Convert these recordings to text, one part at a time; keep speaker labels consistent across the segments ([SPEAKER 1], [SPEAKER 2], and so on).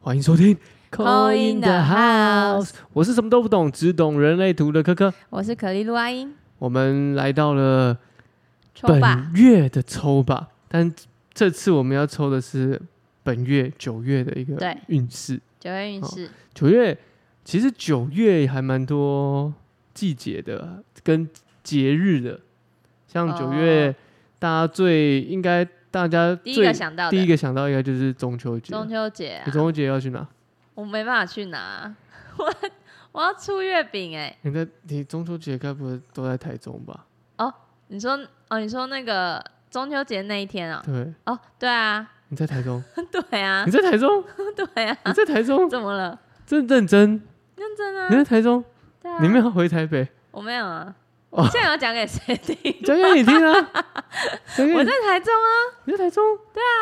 [SPEAKER 1] 欢迎收听
[SPEAKER 2] Call in the house
[SPEAKER 1] 我是什么都不懂，只懂人类图的科科。
[SPEAKER 2] 我是可丽露阿英，
[SPEAKER 1] 我们来到了
[SPEAKER 2] 抽
[SPEAKER 1] 本
[SPEAKER 2] 吧，
[SPEAKER 1] 月的抽吧，但这次我们要抽的是本月九月的一个
[SPEAKER 2] 对
[SPEAKER 1] 运势。
[SPEAKER 2] 九月运势，
[SPEAKER 1] 九月其实九月还蛮多季节的，跟节日的，像九月、
[SPEAKER 2] 哦
[SPEAKER 1] 大家最应该大家
[SPEAKER 2] 第
[SPEAKER 1] 最
[SPEAKER 2] 一个想到
[SPEAKER 1] 第一
[SPEAKER 2] 的
[SPEAKER 1] 个想到应该就是中秋节。
[SPEAKER 2] 中秋节、啊
[SPEAKER 1] 你，中秋节要去哪？
[SPEAKER 2] 我没办法去拿， 我我要出月饼哎、
[SPEAKER 1] 你在你中秋节该不会都在台中吧？
[SPEAKER 2] 你说哦，你说那个中秋节那一天啊、
[SPEAKER 1] 对，
[SPEAKER 2] 哦，对啊，
[SPEAKER 1] 你在台中，
[SPEAKER 2] 对啊
[SPEAKER 1] 你，在台中，
[SPEAKER 2] 对啊，
[SPEAKER 1] 你在台中，
[SPEAKER 2] 怎么了？
[SPEAKER 1] 真认真，
[SPEAKER 2] 认真啊
[SPEAKER 1] 你，在台中，
[SPEAKER 2] 对啊，
[SPEAKER 1] 你没有回台北，
[SPEAKER 2] 我没有啊
[SPEAKER 1] 哦，
[SPEAKER 2] 现在要讲给谁听？
[SPEAKER 1] 讲给你听 啊，讲给
[SPEAKER 2] 我
[SPEAKER 1] 你
[SPEAKER 2] 在，台中啊，
[SPEAKER 1] 你在台中，对啊，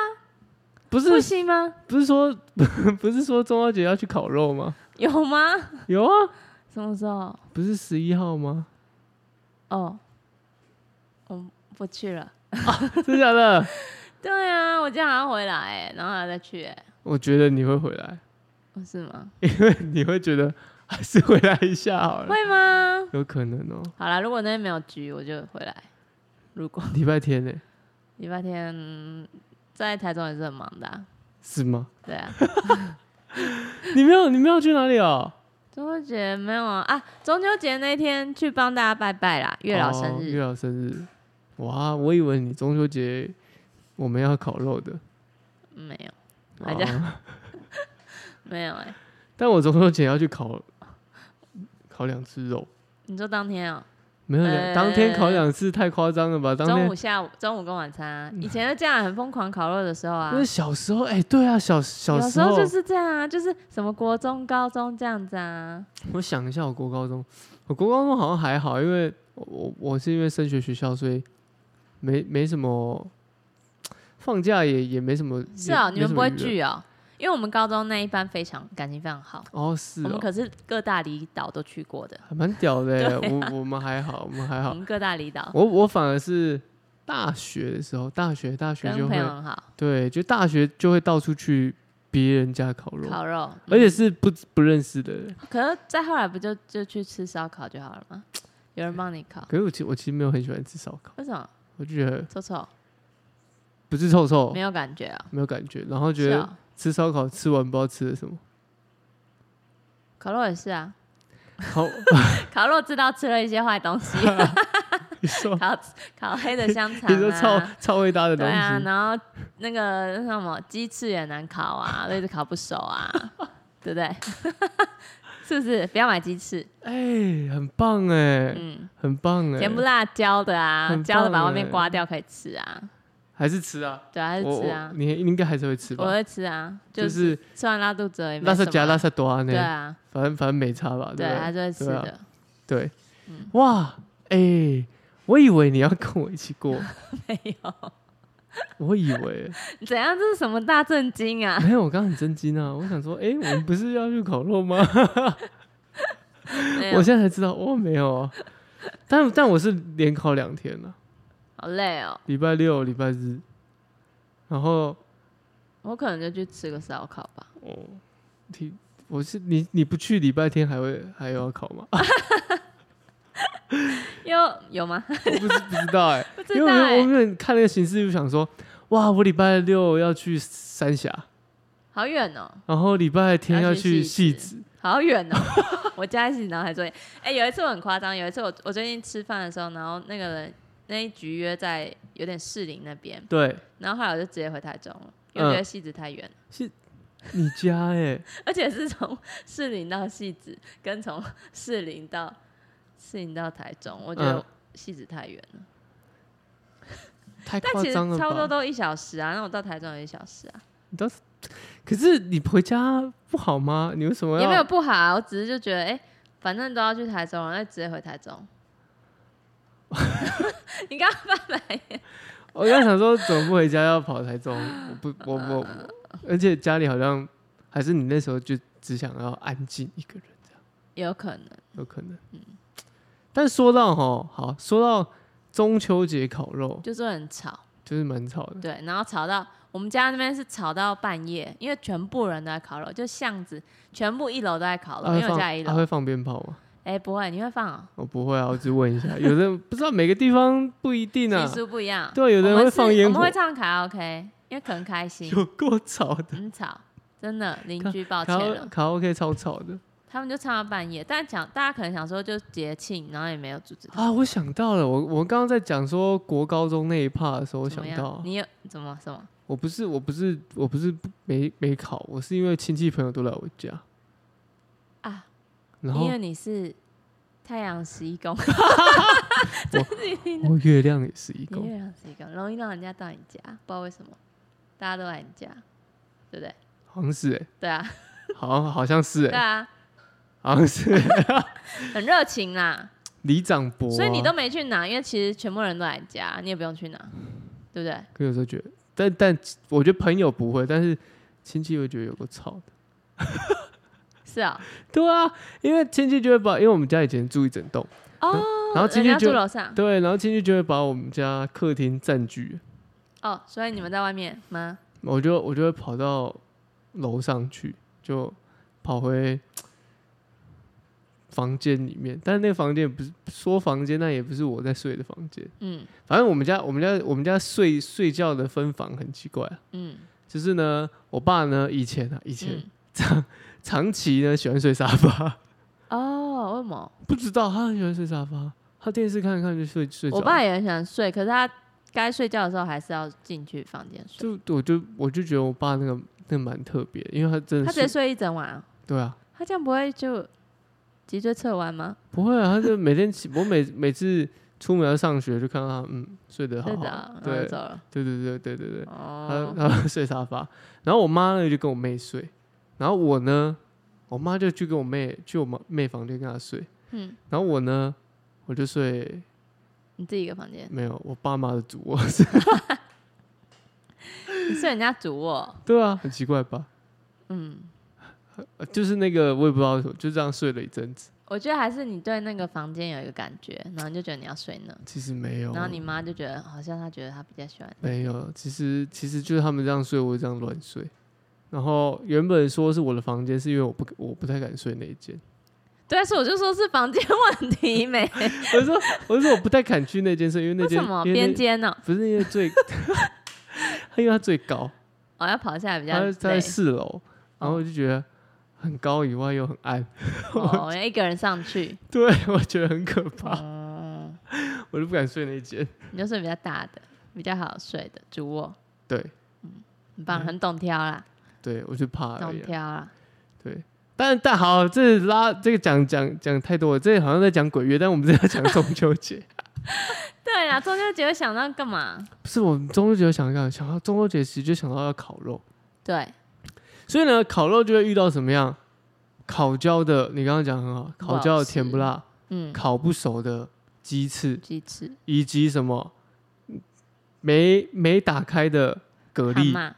[SPEAKER 1] 不是
[SPEAKER 2] 不行吗？
[SPEAKER 1] 不是说 不是说中秋节要去烤肉吗？
[SPEAKER 2] 有吗？
[SPEAKER 1] 有啊，
[SPEAKER 2] 什么时候？
[SPEAKER 1] 不是十一号吗？
[SPEAKER 2] 哦，我不去了。
[SPEAKER 1] 真的假 的？
[SPEAKER 2] 对啊，我今天还要回来、欸，然后还要再去、欸，
[SPEAKER 1] 我觉得你会回来，
[SPEAKER 2] 哦是吗？
[SPEAKER 1] 因为你会觉得还是回来一下好了，
[SPEAKER 2] 会吗？
[SPEAKER 1] 有可能哦。
[SPEAKER 2] 好啦，如果那天没有局，我就回来。如果
[SPEAKER 1] 礼拜天呢、欸
[SPEAKER 2] 礼拜天嗯在台中也是很忙的啊、
[SPEAKER 1] 是吗？
[SPEAKER 2] 对啊。
[SPEAKER 1] 你没有你没有去哪里哦？
[SPEAKER 2] 中秋节没有啊？啊，中秋节那天去帮大家拜拜啦，月老生
[SPEAKER 1] 哦
[SPEAKER 2] 日。
[SPEAKER 1] 月老生日，哇！我以为你中秋节我们要烤肉的，
[SPEAKER 2] 没有，
[SPEAKER 1] 啊
[SPEAKER 2] 哎呀没有哎、
[SPEAKER 1] 但我中秋节要去烤烤两次肉，
[SPEAKER 2] 你说当天哦、
[SPEAKER 1] 没有两、
[SPEAKER 2] 呃
[SPEAKER 1] 当天烤两次太夸张了吧？当
[SPEAKER 2] 中
[SPEAKER 1] 天
[SPEAKER 2] 午、下午、中午跟晚餐、啊，以前就这样很疯狂烤肉的时候啊
[SPEAKER 1] 那，是小时候，哎、对啊，小小
[SPEAKER 2] 有
[SPEAKER 1] 时
[SPEAKER 2] 时
[SPEAKER 1] 候
[SPEAKER 2] 候就是这样啊，就是什么国中、高中这样子啊。
[SPEAKER 1] 我想一下，我国高中，我国高中好像还好，因为我我我是因为升学学校，所以没没什么。放假也也没什么，
[SPEAKER 2] 是啊，
[SPEAKER 1] 也
[SPEAKER 2] 你们不会？
[SPEAKER 1] 没什么娱乐
[SPEAKER 2] 聚哦、因为我们高中那一班非常感情非常好，
[SPEAKER 1] 哦，是
[SPEAKER 2] 我们
[SPEAKER 1] 哦，
[SPEAKER 2] 可是各大离岛都去过的，
[SPEAKER 1] 还蛮屌 的欸、
[SPEAKER 2] 对
[SPEAKER 1] 我我们还好，我们还好
[SPEAKER 2] 我，们各大离岛
[SPEAKER 1] 我我反而是大学的时候，大学大学
[SPEAKER 2] 跟
[SPEAKER 1] 就
[SPEAKER 2] 朋友
[SPEAKER 1] 会
[SPEAKER 2] 很好，
[SPEAKER 1] 对，就大学就会到处去别人家烤肉，
[SPEAKER 2] 烤嗯肉，嗯
[SPEAKER 1] 而且是不不认识的人。
[SPEAKER 2] 可是再后来不就就去吃烧烤就好了吗？有人帮你烤，
[SPEAKER 1] 可是我其我其实没有很喜欢吃烧烤，
[SPEAKER 2] 为什么？
[SPEAKER 1] 我就觉得
[SPEAKER 2] 臭臭
[SPEAKER 1] 不是臭臭，
[SPEAKER 2] 没有感觉啊、
[SPEAKER 1] 没有感觉，然后觉
[SPEAKER 2] 是
[SPEAKER 1] 得
[SPEAKER 2] 啊，
[SPEAKER 1] 吃烧烤吃完不知道吃了什么，
[SPEAKER 2] 烤肉也是啊，
[SPEAKER 1] 好，
[SPEAKER 2] 烤肉知道吃了一些坏东 西，
[SPEAKER 1] 你说
[SPEAKER 2] 烤烤黑的香肠、啊，
[SPEAKER 1] 你说超超会搭的东
[SPEAKER 2] 对啊，
[SPEAKER 1] 西，
[SPEAKER 2] 然后那个那什么鸡翅也难烤 啊，都一直烤不熟啊，对不对？ 是不是？不要买鸡翅，
[SPEAKER 1] 哎，很棒哎，
[SPEAKER 2] 嗯，
[SPEAKER 1] 很棒
[SPEAKER 2] 甜不
[SPEAKER 1] 哎，
[SPEAKER 2] 辣椒的啊
[SPEAKER 1] 很，
[SPEAKER 2] 椒的把
[SPEAKER 1] 棒
[SPEAKER 2] 外面
[SPEAKER 1] 欸
[SPEAKER 2] 刮掉可以吃啊，
[SPEAKER 1] 还是吃啊，
[SPEAKER 2] 对啊，还是
[SPEAKER 1] 我
[SPEAKER 2] 吃
[SPEAKER 1] 我
[SPEAKER 2] 啊，
[SPEAKER 1] 你应该还是会吃
[SPEAKER 2] 我
[SPEAKER 1] 吧，
[SPEAKER 2] 会吃啊，
[SPEAKER 1] 就
[SPEAKER 2] 就是
[SPEAKER 1] 是
[SPEAKER 2] 吃完拉肚子也没
[SPEAKER 1] 拉萨
[SPEAKER 2] 什
[SPEAKER 1] 加
[SPEAKER 2] 么
[SPEAKER 1] 拉
[SPEAKER 2] 啊
[SPEAKER 1] 萨多啊
[SPEAKER 2] 对
[SPEAKER 1] 那，
[SPEAKER 2] 啊，
[SPEAKER 1] 反正反正没差吧，
[SPEAKER 2] 对，
[SPEAKER 1] 不
[SPEAKER 2] 还是会吃
[SPEAKER 1] 对啊
[SPEAKER 2] 的，
[SPEAKER 1] 对，
[SPEAKER 2] 嗯
[SPEAKER 1] 哇，哎、我以为你要跟我一起 过，
[SPEAKER 2] 没有，
[SPEAKER 1] 我以为
[SPEAKER 2] 怎样？这是什么大震 惊啊？
[SPEAKER 1] 没有，我刚刚很震惊啊，我想说，哎、我们不是要去烤肉吗？
[SPEAKER 2] 没
[SPEAKER 1] 我
[SPEAKER 2] 有，
[SPEAKER 1] 现在才知道，哦，没有啊，但但我是连烤两天了，
[SPEAKER 2] 好累哦，
[SPEAKER 1] 礼拜六、礼拜日，然后
[SPEAKER 2] 我可能就去吃个烧烤吧。
[SPEAKER 1] 哦，你我是你你不去礼拜天还会还要烤吗？
[SPEAKER 2] 有有吗？
[SPEAKER 1] 我不是不知道哎、
[SPEAKER 2] 不 知
[SPEAKER 1] 因为
[SPEAKER 2] 道
[SPEAKER 1] 我原
[SPEAKER 2] 欸
[SPEAKER 1] 我原本看那个形式就想说，哇，我礼拜六要去三峡，
[SPEAKER 2] 好远哦。
[SPEAKER 1] 然后礼拜天
[SPEAKER 2] 要
[SPEAKER 1] 要
[SPEAKER 2] 去
[SPEAKER 1] 去
[SPEAKER 2] 戏
[SPEAKER 1] 戏
[SPEAKER 2] 子
[SPEAKER 1] 子。
[SPEAKER 2] 好远哦！ 我家一起拿海作业。哎、有一次我很夸张，有一次我我最近吃饭的时候，然后那个人那一局约在有点士林那边，
[SPEAKER 1] 对，
[SPEAKER 2] 然后后来我就直接回台中了，
[SPEAKER 1] 嗯
[SPEAKER 2] 因为我觉得戏子太远，
[SPEAKER 1] 是你家哎、
[SPEAKER 2] 而且是从 士林到戏子，跟从 士林到士林到台中，我觉得
[SPEAKER 1] 嗯
[SPEAKER 2] 戏子太远了。
[SPEAKER 1] 太
[SPEAKER 2] 但
[SPEAKER 1] 夸
[SPEAKER 2] 其实
[SPEAKER 1] 张了
[SPEAKER 2] 差不多
[SPEAKER 1] 吧？
[SPEAKER 2] 都一小时啊，那我到台中有一小时啊，
[SPEAKER 1] 可是你回家不好吗？你为什么
[SPEAKER 2] 也
[SPEAKER 1] 要？
[SPEAKER 2] 没有不好啊、我只是就觉得，哎、反正都要去台中了，那直接回 台中。你刚 刚翻白眼。
[SPEAKER 1] 我刚想说，怎么不回家要跑台中？我不， 我我，我而且家里好像还是你那时候就只想要安静一个人，
[SPEAKER 2] 有可能，
[SPEAKER 1] 有可能。
[SPEAKER 2] 嗯
[SPEAKER 1] 但说到哈，好，说到中秋节烤肉，
[SPEAKER 2] 就是很吵，
[SPEAKER 1] 就是蛮吵的。
[SPEAKER 2] 对，然后吵到我们家那边是吵到半夜，因为全部人都在烤肉，就巷子全部一楼都在烤肉，
[SPEAKER 1] 他会
[SPEAKER 2] 因为我
[SPEAKER 1] 啊放
[SPEAKER 2] 家在一
[SPEAKER 1] 他
[SPEAKER 2] 楼。
[SPEAKER 1] 会放鞭炮吗？
[SPEAKER 2] 哎、不会，你会放、哦？
[SPEAKER 1] 我不会啊，我只问一下，有的人不知道每个地方不一定啊
[SPEAKER 2] 习，俗不一样。
[SPEAKER 1] 对有的人
[SPEAKER 2] 我们
[SPEAKER 1] 会
[SPEAKER 2] 是
[SPEAKER 1] 放烟
[SPEAKER 2] 我们
[SPEAKER 1] 火
[SPEAKER 2] 会唱卡拉 OK，因为可能 开心，
[SPEAKER 1] 有够吵的，
[SPEAKER 2] 很吵，真的邻
[SPEAKER 1] 卡
[SPEAKER 2] 居抱歉
[SPEAKER 1] 卡
[SPEAKER 2] 了
[SPEAKER 1] 拉，卡拉 OK 超吵的
[SPEAKER 2] 他们就唱到半夜。但讲大家可能想说就节庆，然后也没有阻止他。
[SPEAKER 1] 啊！我想到了，我我刚刚在讲说国高中那一趴的时候，我
[SPEAKER 2] 怎
[SPEAKER 1] 想
[SPEAKER 2] 么样
[SPEAKER 1] 到啊
[SPEAKER 2] 你有怎么什么？
[SPEAKER 1] 我不是我不是我不是没没考，我是因为亲戚朋友都来我家
[SPEAKER 2] 啊，
[SPEAKER 1] 然后
[SPEAKER 2] 因为你是太阳十 一宫，
[SPEAKER 1] 我月亮也是一
[SPEAKER 2] 你
[SPEAKER 1] 宫，
[SPEAKER 2] 月亮十一宫容易让人家到你家，不知道为什么，大家都来你家，对不对？
[SPEAKER 1] 好像是哎、
[SPEAKER 2] 对啊，
[SPEAKER 1] 好像好像是
[SPEAKER 2] 对
[SPEAKER 1] 哎、
[SPEAKER 2] 啊，
[SPEAKER 1] 好像是、欸、
[SPEAKER 2] 很热情啦。
[SPEAKER 1] 李长博、啊，
[SPEAKER 2] 所以你都没去拿，因为其实全部人都来你家，你也不用去拿，对不对？
[SPEAKER 1] 可有时候觉得，但但我觉得朋友不会，但是亲戚会觉得有个吵的。
[SPEAKER 2] 是啊、
[SPEAKER 1] 对啊，因为亲戚就会把，因为我们家以前住一整栋，
[SPEAKER 2] 哦，
[SPEAKER 1] 然后亲
[SPEAKER 2] 人
[SPEAKER 1] 戚
[SPEAKER 2] 家
[SPEAKER 1] 就
[SPEAKER 2] 住楼上
[SPEAKER 1] 对，然后亲戚就会把我们家客厅占据，
[SPEAKER 2] 哦，所以你们在外面吗？
[SPEAKER 1] 我就我就会跑到楼上去，就跑回房间里面，但是那个房间不是说房间，那也不是我在睡的房间，
[SPEAKER 2] 嗯
[SPEAKER 1] 反正我们家我们家我们家睡睡觉的分房很奇怪、啊，
[SPEAKER 2] 嗯
[SPEAKER 1] 就是呢，我爸呢以前啊以前、
[SPEAKER 2] 嗯，
[SPEAKER 1] 长期呢喜欢睡沙发，
[SPEAKER 2] 哦，为什么？
[SPEAKER 1] 不知道他很喜欢睡沙发，他电视看一看就睡睡着
[SPEAKER 2] 我
[SPEAKER 1] 了。
[SPEAKER 2] 爸也很喜欢睡，可是他该睡觉的时候还是要进去房间睡，
[SPEAKER 1] 就我就我就觉得我爸那个那蛮特别的，因为他真
[SPEAKER 2] 他
[SPEAKER 1] 的
[SPEAKER 2] 直接
[SPEAKER 1] 是
[SPEAKER 2] 睡一整晚、啊，
[SPEAKER 1] 对啊，
[SPEAKER 2] 他这样不会就脊椎侧弯吗？
[SPEAKER 1] 不会啊，他就每天起我 每每次出门要上学就看到他嗯睡得好
[SPEAKER 2] 对
[SPEAKER 1] 好
[SPEAKER 2] 的
[SPEAKER 1] 的，
[SPEAKER 2] 啊，然后
[SPEAKER 1] 对
[SPEAKER 2] 就走了。
[SPEAKER 1] 对对对对对对，他
[SPEAKER 2] 哦，
[SPEAKER 1] 他睡沙发，然后我妈呢就跟我妹睡，然后我呢，我妈就去跟我妹去我妈妹房间跟她睡，
[SPEAKER 2] 嗯，
[SPEAKER 1] 然后我呢我就睡
[SPEAKER 2] 你自己一个房间，
[SPEAKER 1] 没有我爸妈的主卧，
[SPEAKER 2] 你睡人家主卧，
[SPEAKER 1] 对啊，很奇怪吧？
[SPEAKER 2] 嗯，
[SPEAKER 1] 呃 就是那个我也不知道为什么，就这样睡了一阵子，
[SPEAKER 2] 我觉得还是你对那个房间有一个感觉，然后你就觉得你要睡那，
[SPEAKER 1] 其实没有，
[SPEAKER 2] 然后你妈就觉得好像她觉得她比较喜欢，
[SPEAKER 1] 没有，其实其实就是他们这样睡，我就这样乱睡。然后原本说是我的房间，是因为我不我不太敢睡那一间。
[SPEAKER 2] 对啊，所以我就说是房间问题没，
[SPEAKER 1] 我说我说我不太敢去那间睡，因为 那
[SPEAKER 2] 为
[SPEAKER 1] 间
[SPEAKER 2] 什么
[SPEAKER 1] 因为那
[SPEAKER 2] 边间哦呢？
[SPEAKER 1] 不是因为最，因为它最高，
[SPEAKER 2] 哦，要跑下来比较
[SPEAKER 1] 它在
[SPEAKER 2] 累，
[SPEAKER 1] 四楼，然后我就觉得很高以外又很暗，
[SPEAKER 2] 哦，要一个人上去，
[SPEAKER 1] 对我觉得很可怕，
[SPEAKER 2] 哦，
[SPEAKER 1] 我就不敢睡那一间。
[SPEAKER 2] 你就睡比较大的，比较好睡的主卧，
[SPEAKER 1] 对
[SPEAKER 2] 很棒，很懂挑啦，
[SPEAKER 1] 对，我就怕而
[SPEAKER 2] 懂
[SPEAKER 1] 已啊。
[SPEAKER 2] 挑啦，
[SPEAKER 1] 对，但但好，这拉这个讲讲讲太多了，这好像在讲鬼月，但我们是在讲中秋节。
[SPEAKER 2] 对啦，中秋节会想到干嘛？
[SPEAKER 1] 不是我们中秋节有想到想到中秋节，其实就想到要烤肉，
[SPEAKER 2] 对，
[SPEAKER 1] 所以呢，烤肉就会遇到什么样？烤焦的，你刚刚讲很好，
[SPEAKER 2] 不好
[SPEAKER 1] 烤焦的甜不辣，
[SPEAKER 2] 嗯，
[SPEAKER 1] 烤不熟的鸡翅，
[SPEAKER 2] 鸡翅、
[SPEAKER 1] 以及什么没没打开的蛤
[SPEAKER 2] 蛤
[SPEAKER 1] 蜊，
[SPEAKER 2] 蟆，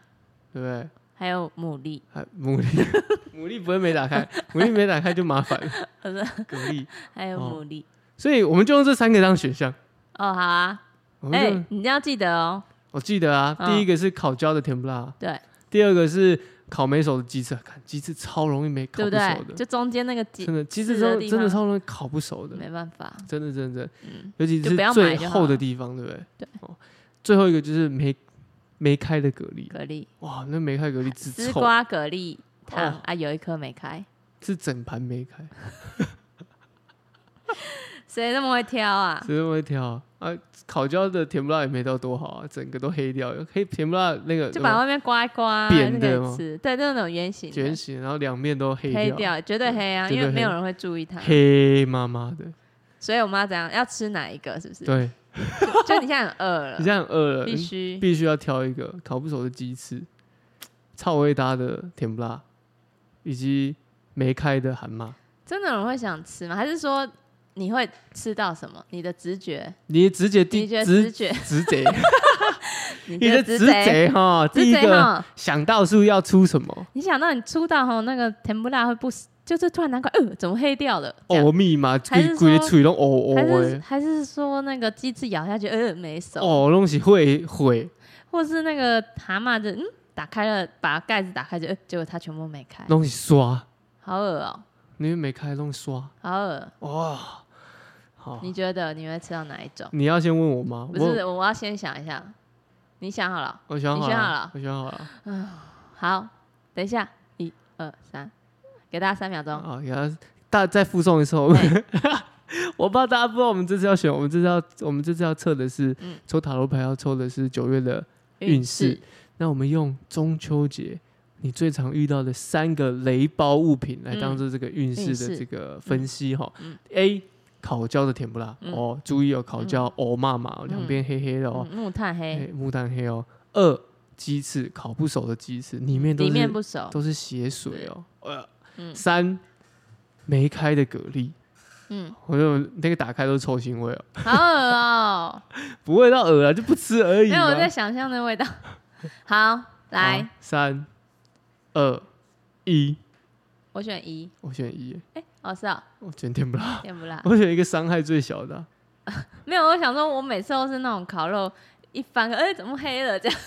[SPEAKER 1] 对不对？
[SPEAKER 2] 还有牡蛎，
[SPEAKER 1] 还牡蛎， 牡蛎不会没打开，牡蛎没打开就麻烦了，
[SPEAKER 2] 不是，
[SPEAKER 1] 蛤蜊。
[SPEAKER 2] 还有
[SPEAKER 1] 哦
[SPEAKER 2] 牡蛎。
[SPEAKER 1] 所以我们就用这三个当选项。
[SPEAKER 2] 哦，好啊，
[SPEAKER 1] 我们
[SPEAKER 2] 哎、
[SPEAKER 1] 就
[SPEAKER 2] 你一定要记得哦。
[SPEAKER 1] 我记得啊，
[SPEAKER 2] 嗯
[SPEAKER 1] 第一个是烤焦的甜不辣，
[SPEAKER 2] 对
[SPEAKER 1] 第二个是烤没熟的鸡翅，看鸡翅超容易没烤
[SPEAKER 2] 对
[SPEAKER 1] 不熟
[SPEAKER 2] 不
[SPEAKER 1] 的，
[SPEAKER 2] 对？就中间那个几
[SPEAKER 1] 真，的，其
[SPEAKER 2] 刺
[SPEAKER 1] 实
[SPEAKER 2] 的
[SPEAKER 1] 超
[SPEAKER 2] 地
[SPEAKER 1] 真的
[SPEAKER 2] 方
[SPEAKER 1] 超容易烤不熟的，
[SPEAKER 2] 没办法，
[SPEAKER 1] 真的真的真的，
[SPEAKER 2] 嗯，
[SPEAKER 1] 尤其
[SPEAKER 2] 就是不要买
[SPEAKER 1] 最
[SPEAKER 2] 就好
[SPEAKER 1] 厚的
[SPEAKER 2] 了
[SPEAKER 1] 地方，对不对？
[SPEAKER 2] 对
[SPEAKER 1] 哦。最后一个就是没没开的蛤蜊，
[SPEAKER 2] 蛤蜊、
[SPEAKER 1] 哇，那没开蛤蜊之
[SPEAKER 2] 哎丝
[SPEAKER 1] 臭，
[SPEAKER 2] 瓜蛤蜊汤、
[SPEAKER 1] 哦
[SPEAKER 2] 啊，有一颗没开，
[SPEAKER 1] 是整盘没开，
[SPEAKER 2] 啊谁那么会挑啊？
[SPEAKER 1] 谁会挑啊？啊烤焦的甜不辣也没到多好啊，整个都黑掉，黑甜不辣那个
[SPEAKER 2] 就
[SPEAKER 1] 什
[SPEAKER 2] 把
[SPEAKER 1] 么
[SPEAKER 2] 外面刮一刮，
[SPEAKER 1] 呃扁
[SPEAKER 2] 那
[SPEAKER 1] 的
[SPEAKER 2] 个
[SPEAKER 1] 吗
[SPEAKER 2] 吃，对，那种圆形
[SPEAKER 1] 卷
[SPEAKER 2] 的，
[SPEAKER 1] 起，然后两面都黑
[SPEAKER 2] 黑
[SPEAKER 1] 掉，
[SPEAKER 2] 掉，绝对黑啊，
[SPEAKER 1] 绝
[SPEAKER 2] 因
[SPEAKER 1] 对
[SPEAKER 2] 为没有
[SPEAKER 1] 黑
[SPEAKER 2] 人会注意它。
[SPEAKER 1] 黑麻麻的，
[SPEAKER 2] 所以我妈怎样要吃哪一个，是不是？
[SPEAKER 1] 对，
[SPEAKER 2] 就你现在很饿
[SPEAKER 1] 你
[SPEAKER 2] 了，
[SPEAKER 1] 现在很饿了，
[SPEAKER 2] 必
[SPEAKER 1] 你
[SPEAKER 2] 须
[SPEAKER 1] 呃必须要挑一个烤不熟的鸡翅，超味搭的甜不辣，以及没开的韩妈。
[SPEAKER 2] 真的有人会想吃吗？还是说你会吃到什么？你的直觉，
[SPEAKER 1] 你直接第
[SPEAKER 2] 你觉得
[SPEAKER 1] 直
[SPEAKER 2] 直觉，
[SPEAKER 1] 直贼，
[SPEAKER 2] 你
[SPEAKER 1] 你的
[SPEAKER 2] 直
[SPEAKER 1] 直，贼哈，第
[SPEAKER 2] 直
[SPEAKER 1] 一
[SPEAKER 2] 觉
[SPEAKER 1] 个
[SPEAKER 2] 哈，
[SPEAKER 1] 想到是要出什么？
[SPEAKER 2] 你想到你出道后那个甜不辣会不死，就是突然难怪，呃，怎么黑掉了？这样
[SPEAKER 1] 哦密嘛，
[SPEAKER 2] 还
[SPEAKER 1] 规
[SPEAKER 2] 是
[SPEAKER 1] 规
[SPEAKER 2] 说
[SPEAKER 1] 嘴拢哦
[SPEAKER 2] 还
[SPEAKER 1] 哦
[SPEAKER 2] 是
[SPEAKER 1] 诶，哦
[SPEAKER 2] 还是说那个鸡翅咬下去，呃，没熟，
[SPEAKER 1] 哦拢是会会，
[SPEAKER 2] 或是那个蛤蟆的，嗯，打开了，把盖子打开就，呃结果它全部没开，
[SPEAKER 1] 东西刷，
[SPEAKER 2] 好恶哦、
[SPEAKER 1] 你没开东西刷，
[SPEAKER 2] 好恶。
[SPEAKER 1] 哇、好，
[SPEAKER 2] 你觉得你会吃到哪一种？
[SPEAKER 1] 你要先问我吗？
[SPEAKER 2] 不
[SPEAKER 1] 我
[SPEAKER 2] 是，我要先想一下。你想好了？
[SPEAKER 1] 我想
[SPEAKER 2] 你
[SPEAKER 1] 好
[SPEAKER 2] 选好
[SPEAKER 1] 了
[SPEAKER 2] 了，
[SPEAKER 1] 我选好了，
[SPEAKER 2] 好，等一下，一二三，给大家三秒钟。
[SPEAKER 1] 好，给他哦大再附送一次。我们 我怕大家不知道我们这次要选，我们这次要我们这次要测的是、
[SPEAKER 2] 嗯
[SPEAKER 1] 抽塔罗牌要抽的是九月的。运势，那我们用中秋节你最常遇到的三个雷包物品来当做这个运势
[SPEAKER 2] 嗯运
[SPEAKER 1] 的
[SPEAKER 2] 势
[SPEAKER 1] 这个分析哈。
[SPEAKER 2] 嗯
[SPEAKER 1] A 烤焦的甜不辣、
[SPEAKER 2] 嗯
[SPEAKER 1] 哦，注意哦，烤焦哦，妈妈哦两边黑黑的哦，
[SPEAKER 2] 嗯木炭黑，
[SPEAKER 1] 哎木炭黑哦。二鸡翅烤不熟的鸡翅，里面都
[SPEAKER 2] 里
[SPEAKER 1] 是
[SPEAKER 2] 面不熟。
[SPEAKER 1] 都是血水哦。呃，
[SPEAKER 2] 嗯
[SPEAKER 1] 三没开的蛤蜊，
[SPEAKER 2] 嗯，
[SPEAKER 1] 我就那个打开都是臭腥味哦，
[SPEAKER 2] 好恶哦、
[SPEAKER 1] 不会到恶啊，就不吃而已
[SPEAKER 2] 没
[SPEAKER 1] 嘛。
[SPEAKER 2] 有我在想象的味道。 好，来，
[SPEAKER 1] 好，三二一。
[SPEAKER 2] 我选一。
[SPEAKER 1] 我选一耶，
[SPEAKER 2] 哎、哦是哦，
[SPEAKER 1] 我选甜不辣，
[SPEAKER 2] 甜不辣。
[SPEAKER 1] 我选一个伤害最小的啊、
[SPEAKER 2] 没有，我想说，我每次都是那种烤肉一翻开，哎、怎么黑了？这样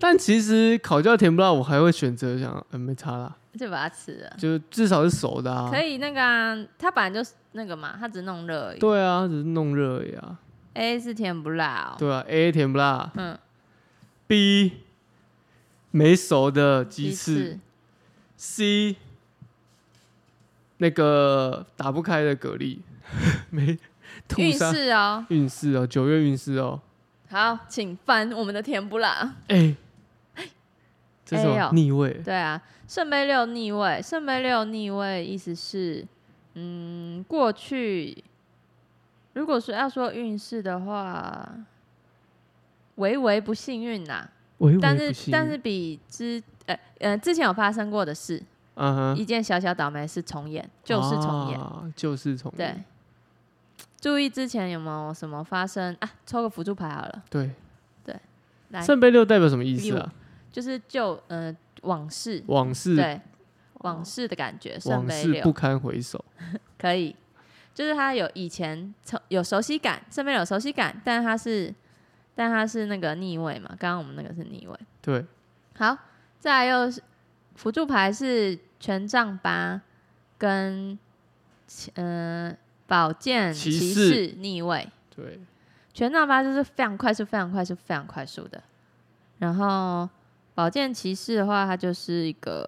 [SPEAKER 1] 但其实烤焦甜不辣，我还会选择想，嗯，没差啦，
[SPEAKER 2] 就把它吃了。
[SPEAKER 1] 就至少是熟的啊。
[SPEAKER 2] 可
[SPEAKER 1] 以。
[SPEAKER 2] 以那个啊，它本来就是那个嘛，它只是弄热而已。
[SPEAKER 1] 对啊，只是弄热而已啊。
[SPEAKER 2] A 是甜不辣哦、
[SPEAKER 1] 对啊，A 甜不辣
[SPEAKER 2] 嗯，
[SPEAKER 1] ，B 没熟的鸡
[SPEAKER 2] 鸡
[SPEAKER 1] 翅
[SPEAKER 2] 翅，
[SPEAKER 1] ，C 那个打不开的蛤蜊， 没吐
[SPEAKER 2] 运
[SPEAKER 1] 沙
[SPEAKER 2] 势哦。
[SPEAKER 1] 运势哦，九月运势哦。
[SPEAKER 2] 好，请翻我们的甜不辣。
[SPEAKER 1] 哎、这是什
[SPEAKER 2] A
[SPEAKER 1] 么
[SPEAKER 2] 哦
[SPEAKER 1] 逆位？
[SPEAKER 2] 对啊，圣杯六逆位，圣杯六逆位意思是，嗯，过去如果说要说运势的话，微微不幸运呐、
[SPEAKER 1] 微微
[SPEAKER 2] 但
[SPEAKER 1] 不
[SPEAKER 2] 是
[SPEAKER 1] 幸
[SPEAKER 2] 但
[SPEAKER 1] 运
[SPEAKER 2] 是比之呃呃之前有发生过的事，
[SPEAKER 1] 嗯哼，
[SPEAKER 2] 一件小小倒霉事重演，就是重演，
[SPEAKER 1] 啊，就是重
[SPEAKER 2] 对
[SPEAKER 1] 演，。
[SPEAKER 2] 注意之前有没有什么发生啊？抽个辅助牌好了，
[SPEAKER 1] 对
[SPEAKER 2] 来
[SPEAKER 1] 圣杯六代表什么意思
[SPEAKER 2] 六
[SPEAKER 1] 啊？
[SPEAKER 2] 就是旧呃往事，
[SPEAKER 1] 往事，
[SPEAKER 2] 对往事的感觉。圣
[SPEAKER 1] 往
[SPEAKER 2] 杯
[SPEAKER 1] 事
[SPEAKER 2] 六
[SPEAKER 1] 不堪回首。
[SPEAKER 2] 可以，就是他有以前从有熟悉感，身边有熟悉感，但他是但他是那个逆位嘛，刚刚我们那个是逆位。
[SPEAKER 1] 对，
[SPEAKER 2] 好，再来又是辅助牌是权杖八跟嗯、呃、宝剑
[SPEAKER 1] 骑
[SPEAKER 2] 骑
[SPEAKER 1] 士
[SPEAKER 2] 士逆位，
[SPEAKER 1] 对，
[SPEAKER 2] 权杖八就是非常快速、非常快速、非常快速的，然后宝剑骑士的话，它就是一个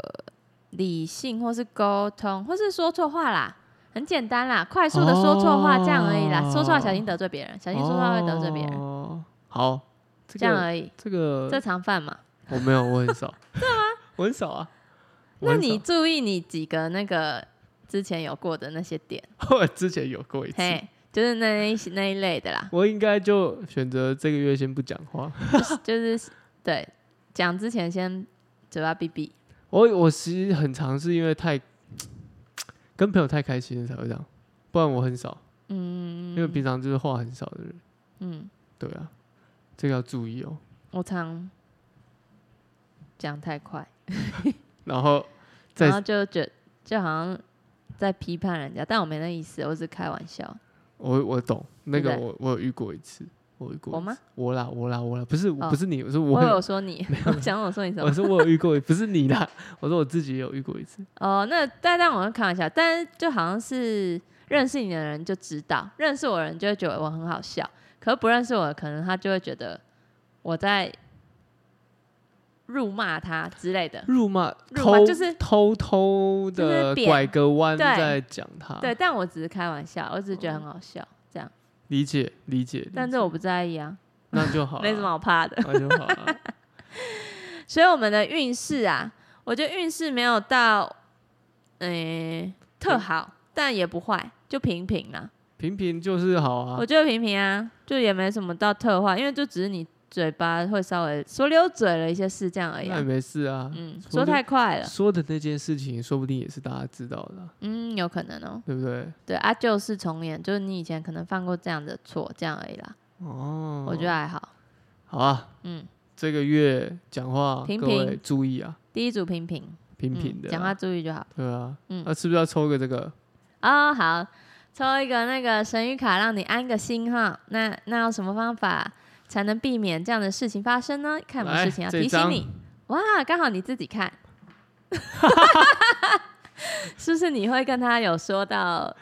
[SPEAKER 2] 理性或是沟通，或是说错话啦，很简单啦，快速的说错话、这样而已啦，说错话小心得罪别人，小心说错话会得罪别人，
[SPEAKER 1] 哦好，这
[SPEAKER 2] 这样
[SPEAKER 1] 个
[SPEAKER 2] 而已，
[SPEAKER 1] 这
[SPEAKER 2] 这
[SPEAKER 1] 个
[SPEAKER 2] 常犯嘛。
[SPEAKER 1] 我没有，我很 少。对吗？ 我很少啊。我
[SPEAKER 2] 那
[SPEAKER 1] 很
[SPEAKER 2] 你
[SPEAKER 1] 少
[SPEAKER 2] 注意你几个那个之前有过的那些点，
[SPEAKER 1] 我之前有过一次，，
[SPEAKER 2] 嘿，就是那一那一类的啦
[SPEAKER 1] 我应该就选择这个月先不讲话。
[SPEAKER 2] 就是对讲之前先嘴巴闭闭，
[SPEAKER 1] 我我其实很常是因为太跟朋友太开心了才会这样，不然我很少，因为
[SPEAKER 2] 嗯
[SPEAKER 1] 平常就是话很少的人。
[SPEAKER 2] 嗯。
[SPEAKER 1] 对啊，这个要注意哦。
[SPEAKER 2] 我常讲太快，
[SPEAKER 1] 然后再
[SPEAKER 2] 然后就觉就好像在批判人家，但我没那意思，我只是开玩笑。
[SPEAKER 1] 我我懂那个
[SPEAKER 2] 对不
[SPEAKER 1] 我我有遇过一次，我有遇过
[SPEAKER 2] 我
[SPEAKER 1] 一
[SPEAKER 2] 吗
[SPEAKER 1] 次？我啦我啦我啦，不是、
[SPEAKER 2] 哦
[SPEAKER 1] 不是你，我是
[SPEAKER 2] 我
[SPEAKER 1] 我
[SPEAKER 2] 有
[SPEAKER 1] 有，
[SPEAKER 2] 说 你，我想我说你什
[SPEAKER 1] 我
[SPEAKER 2] 么？
[SPEAKER 1] 是我有遇过，不是你啦，我说我自己也有遇过一次，
[SPEAKER 2] 哦，那但但我会开玩笑，但是就好像是认识你的人就知道，认识我的人就会觉得我很好笑，可是不认识我的，可能他就会觉得我在辱骂他之类的。
[SPEAKER 1] 辱骂
[SPEAKER 2] 辱
[SPEAKER 1] 偷
[SPEAKER 2] 骂就是
[SPEAKER 1] 偷偷
[SPEAKER 2] 就是
[SPEAKER 1] 的
[SPEAKER 2] 贬
[SPEAKER 1] 拐个弯
[SPEAKER 2] 对
[SPEAKER 1] 在讲他，
[SPEAKER 2] 对，但我只是开玩笑，我只是觉得很好笑，
[SPEAKER 1] 哦
[SPEAKER 2] 这样。
[SPEAKER 1] 理解理解，理
[SPEAKER 2] 但
[SPEAKER 1] 解
[SPEAKER 2] 这我不在意啊，
[SPEAKER 1] 那就好，
[SPEAKER 2] 没什么，好怕的。
[SPEAKER 1] 那就好啊啦。
[SPEAKER 2] 所以我们的运势啊，我觉得运势没有到，诶、特好，但也不坏，就平平啦。
[SPEAKER 1] 平平就是好啊
[SPEAKER 2] 我，觉得平平啊，就也没什么到特坏，因为就只是你嘴巴会稍微说溜嘴了一些事这样而已
[SPEAKER 1] 那
[SPEAKER 2] 啊、
[SPEAKER 1] 也没事啊。
[SPEAKER 2] 嗯，
[SPEAKER 1] 说
[SPEAKER 2] 说
[SPEAKER 1] 就
[SPEAKER 2] 太快了，
[SPEAKER 1] 说的那件事情，说不定也是大家知道的啊，
[SPEAKER 2] 嗯，有可能哦。
[SPEAKER 1] 对不对？
[SPEAKER 2] 对啊，旧事重演，就是你以前可能犯过这样的错，这样而已啦。
[SPEAKER 1] 哦，
[SPEAKER 2] 我觉得还好。
[SPEAKER 1] 好啊，
[SPEAKER 2] 嗯，
[SPEAKER 1] 这个月讲话，
[SPEAKER 2] 平
[SPEAKER 1] 各位
[SPEAKER 2] 平
[SPEAKER 1] 注意啊，
[SPEAKER 2] 第一组平平，
[SPEAKER 1] 平
[SPEAKER 2] 嗯
[SPEAKER 1] 平的啊、
[SPEAKER 2] 讲话注意就好。
[SPEAKER 1] 对啊，
[SPEAKER 2] 嗯
[SPEAKER 1] 那、是不是要抽个这个？
[SPEAKER 2] 哦，好，抽一个那个神谕卡，让你安个心哈。那那有什么方法才能避免这样的事情发生呢？看有没有
[SPEAKER 1] 来
[SPEAKER 2] 事情要
[SPEAKER 1] 这
[SPEAKER 2] 提醒
[SPEAKER 1] 张
[SPEAKER 2] 你。哇，刚好你自 己看，是不是你会跟他有说到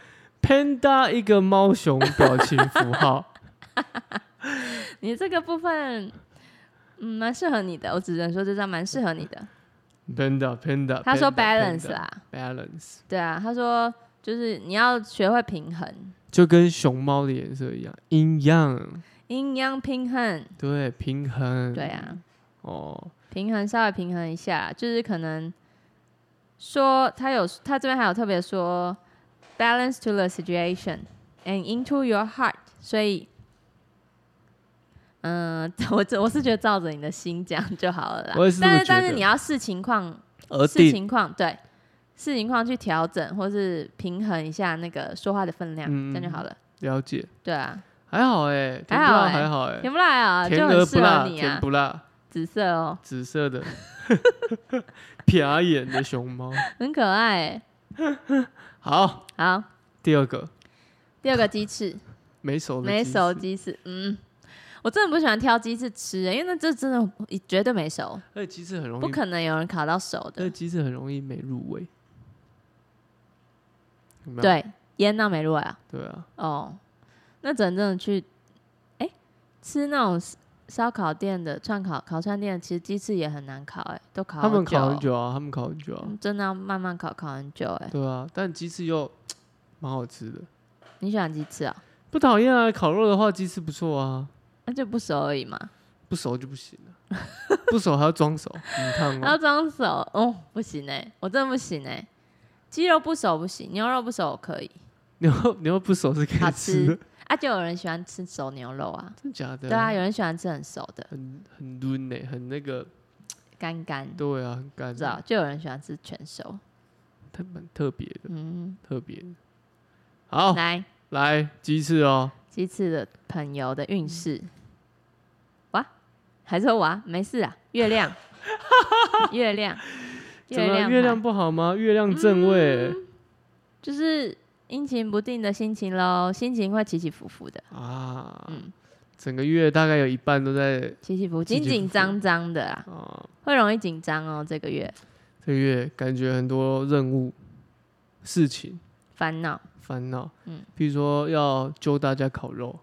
[SPEAKER 1] panda 一个猫熊表情符号，
[SPEAKER 2] 你这个部分？嗯，蛮适合你的，我只能说这张蛮适合你的。
[SPEAKER 1] panda panda，
[SPEAKER 2] 他说
[SPEAKER 1] panda，
[SPEAKER 2] balance 啦，
[SPEAKER 1] balance
[SPEAKER 2] 对啊，他说就是你要学会平衡，
[SPEAKER 1] 就跟熊猫的颜色一样，阴阳
[SPEAKER 2] 阴阳平衡，
[SPEAKER 1] 对平衡，
[SPEAKER 2] 对啊，
[SPEAKER 1] 哦，
[SPEAKER 2] 平衡稍微平衡一下，就是可能说他有他这边还有特别说 balance to the situation and into your heart，所以。嗯， 我这我是觉得照着你的心讲就好了啦。
[SPEAKER 1] 我也是这么
[SPEAKER 2] 但是
[SPEAKER 1] 觉得
[SPEAKER 2] 但是你要视情况
[SPEAKER 1] 而
[SPEAKER 2] 视
[SPEAKER 1] 定，
[SPEAKER 2] 情况对视情况去调整，或是平衡一下那个说话的分量，
[SPEAKER 1] 嗯
[SPEAKER 2] 这样就好了。
[SPEAKER 1] 了解，
[SPEAKER 2] 对啊，
[SPEAKER 1] 还好哎，甜
[SPEAKER 2] 还
[SPEAKER 1] 不
[SPEAKER 2] 好
[SPEAKER 1] 辣
[SPEAKER 2] 欸
[SPEAKER 1] 还好哎，
[SPEAKER 2] 甜不辣啊，
[SPEAKER 1] 甜
[SPEAKER 2] 就
[SPEAKER 1] 而
[SPEAKER 2] 很
[SPEAKER 1] 不
[SPEAKER 2] 适合
[SPEAKER 1] 辣，
[SPEAKER 2] 你
[SPEAKER 1] 甜
[SPEAKER 2] 啊，
[SPEAKER 1] 不辣，
[SPEAKER 2] 紫色哦，
[SPEAKER 1] 紫色的 瞟眼的熊猫。
[SPEAKER 2] 很可爱欸。
[SPEAKER 1] 好，
[SPEAKER 2] 好，
[SPEAKER 1] 第二个
[SPEAKER 2] 第二个鸡翅，
[SPEAKER 1] 没熟的
[SPEAKER 2] 没
[SPEAKER 1] 鸡
[SPEAKER 2] 熟
[SPEAKER 1] 翅，
[SPEAKER 2] 鸡翅，嗯，我真的不喜欢挑鸡翅吃欸，因为那这真的绝对没熟，
[SPEAKER 1] 而且鸡翅很容易
[SPEAKER 2] 不可能有人烤到熟
[SPEAKER 1] 那
[SPEAKER 2] 的。
[SPEAKER 1] 鸡翅很容易没入味。有没有
[SPEAKER 2] 对，腌到没入味啊，
[SPEAKER 1] 对啊，
[SPEAKER 2] 哦，那只能真的去，哎、吃那种烧烤店的串烤烤串店的，其实鸡翅也很难烤、哎，都烤
[SPEAKER 1] 他
[SPEAKER 2] 好
[SPEAKER 1] 们烤很
[SPEAKER 2] 哦
[SPEAKER 1] 久啊，他们烤很久啊，
[SPEAKER 2] 嗯真的要慢慢烤，烤很久哎、
[SPEAKER 1] 对啊，但鸡翅又蛮好吃的，
[SPEAKER 2] 你喜欢鸡翅啊、
[SPEAKER 1] 不讨厌啊。烤肉的话，鸡翅不错啊，
[SPEAKER 2] 那就不熟而已嘛，
[SPEAKER 1] 不熟就不行了， 不熟还要装熟，你看
[SPEAKER 2] 还要
[SPEAKER 1] 哦，
[SPEAKER 2] 装熟哦，不行哎、我真的不行哎、鸡肉不熟不行，牛肉不熟我可以
[SPEAKER 1] 牛肉牛肉不熟是可
[SPEAKER 2] 好
[SPEAKER 1] 以吃的，
[SPEAKER 2] 啊，就有人喜欢吃熟牛肉啊，
[SPEAKER 1] 真假的？
[SPEAKER 2] 对啊，有人喜欢吃很熟的，
[SPEAKER 1] 很很抡呢、很那个，
[SPEAKER 2] 干干，
[SPEAKER 1] 对啊，很
[SPEAKER 2] 不
[SPEAKER 1] 干
[SPEAKER 2] 知，道，就有人喜欢吃全熟，
[SPEAKER 1] 它蛮特别的，
[SPEAKER 2] 嗯，
[SPEAKER 1] 特别的。好，
[SPEAKER 2] 来
[SPEAKER 1] 来鸡翅哦，
[SPEAKER 2] 鸡翅的朋友的
[SPEAKER 1] 嗯
[SPEAKER 2] 运势，哇，还是娃，没事啊，月亮， 月亮，
[SPEAKER 1] 怎么了
[SPEAKER 2] 月亮嗯嘛，
[SPEAKER 1] 月亮不好吗？月亮正位、
[SPEAKER 2] 就是阴晴不定的心情喽，心情会起起伏伏的，
[SPEAKER 1] 啊，
[SPEAKER 2] 嗯
[SPEAKER 1] 整个月大概有一半都在
[SPEAKER 2] 起起伏，
[SPEAKER 1] 起起
[SPEAKER 2] 紧
[SPEAKER 1] 伏
[SPEAKER 2] 紧张张的啦，
[SPEAKER 1] 啊，
[SPEAKER 2] 会容易紧张哦，这个月
[SPEAKER 1] 这个月感觉很多任务、事情、
[SPEAKER 2] 烦恼，
[SPEAKER 1] 烦恼，
[SPEAKER 2] 嗯，
[SPEAKER 1] 比如说要揪大家烤肉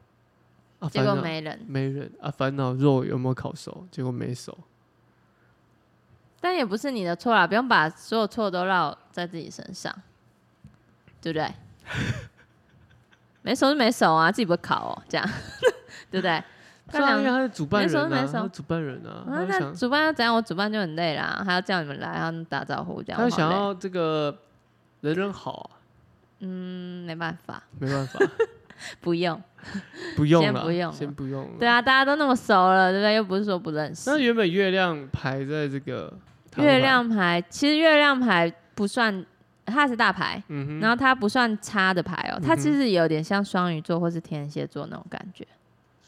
[SPEAKER 1] 啊，
[SPEAKER 2] 结果
[SPEAKER 1] 烦恼
[SPEAKER 2] 没人，
[SPEAKER 1] 没人啊，烦恼肉有没有烤熟，结果没熟，
[SPEAKER 2] 但也不是你的错啦，不用把所有错都落在自己身上，对不 对？没熟就没熟啊，自己不会考哦，这样对不对？他
[SPEAKER 1] 当然
[SPEAKER 2] 想
[SPEAKER 1] 因为他是主办
[SPEAKER 2] 没熟
[SPEAKER 1] 人
[SPEAKER 2] 没
[SPEAKER 1] 啊，
[SPEAKER 2] 熟
[SPEAKER 1] 他是主办人啊，
[SPEAKER 2] 啊
[SPEAKER 1] 他，
[SPEAKER 2] 那
[SPEAKER 1] 想
[SPEAKER 2] 主办要怎样？我主办就很累啦，还要叫你们来，还要打招呼这样。
[SPEAKER 1] 他
[SPEAKER 2] 我好
[SPEAKER 1] 想
[SPEAKER 2] 累，
[SPEAKER 1] 要这个人人好啊，
[SPEAKER 2] 嗯，没办法，
[SPEAKER 1] 没办 法，
[SPEAKER 2] 不用。
[SPEAKER 1] 嗯不用
[SPEAKER 2] 先
[SPEAKER 1] 了，
[SPEAKER 2] 不用了
[SPEAKER 1] 先不用了
[SPEAKER 2] 对。啊，大家都那么熟了，对不对？又不是说不认识
[SPEAKER 1] 那。原本月亮排在这个唐
[SPEAKER 2] 月
[SPEAKER 1] 牌，
[SPEAKER 2] 亮牌其实月亮牌不算，它是大牌，
[SPEAKER 1] 嗯哼，
[SPEAKER 2] 然后它不算差的牌哦，它
[SPEAKER 1] 嗯哼
[SPEAKER 2] 其实有点像双鱼座或是天蝎座那种感觉，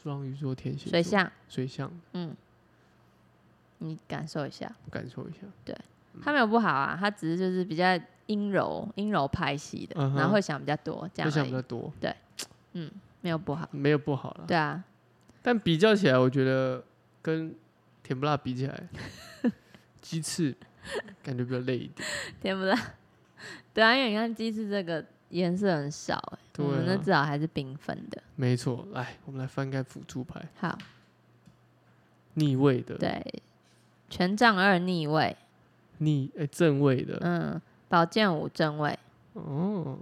[SPEAKER 1] 双鱼座、天蝎座、
[SPEAKER 2] 水象，
[SPEAKER 1] 水象，
[SPEAKER 2] 嗯，你感受一下，
[SPEAKER 1] 感受一下。
[SPEAKER 2] 它没有不好啊，它只是就是比较阴柔阴柔派系的，
[SPEAKER 1] 嗯哼
[SPEAKER 2] 然后会想比较多，这
[SPEAKER 1] 我
[SPEAKER 2] 样
[SPEAKER 1] 想
[SPEAKER 2] 而
[SPEAKER 1] 比
[SPEAKER 2] 已
[SPEAKER 1] 较多，
[SPEAKER 2] 嗯，没有不好，
[SPEAKER 1] 没有不好了。
[SPEAKER 2] 对啊，
[SPEAKER 1] 但比较起来，我觉得跟甜不辣比起 来，鸡翅感觉比较累一点。
[SPEAKER 2] 天啊不辣， 对啊，因为你看鸡翅这个颜色很少、欸，
[SPEAKER 1] 对
[SPEAKER 2] 我们那
[SPEAKER 1] 啊
[SPEAKER 2] 至少还是缤纷的，
[SPEAKER 1] 没错，来，我们来翻开辅助牌，
[SPEAKER 2] 好，
[SPEAKER 1] 逆位的，
[SPEAKER 2] 对，权杖二逆位，
[SPEAKER 1] 逆哎、正位的，
[SPEAKER 2] 嗯，宝剑五正位，
[SPEAKER 1] 哦，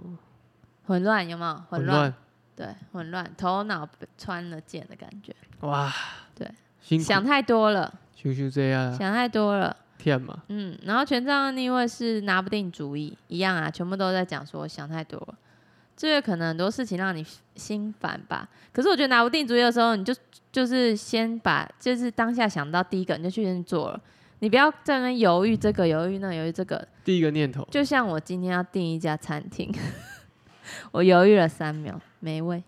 [SPEAKER 2] 混乱有没有？
[SPEAKER 1] 混
[SPEAKER 2] 乱，
[SPEAKER 1] 乱
[SPEAKER 2] 对，混乱，头脑被穿了剑的感觉，
[SPEAKER 1] 哇，
[SPEAKER 2] 对，
[SPEAKER 1] 辛苦，
[SPEAKER 2] 想太多了，
[SPEAKER 1] 咻咻这样啊，
[SPEAKER 2] 想太多了。
[SPEAKER 1] 天嘛，
[SPEAKER 2] 嗯，然后权杖的逆位是拿不定主意，一样啊，全部都在讲说想太多了。这月可能很多事情让你心烦吧，可是我觉得拿不定主意的时候，你就就是先把就是当下想到第一个你就去先做了，你不要在那边犹豫这个犹豫那个犹豫这个。
[SPEAKER 1] 第一个念头，
[SPEAKER 2] 就像我今天要订一家餐厅， 我犹豫了三秒，没位。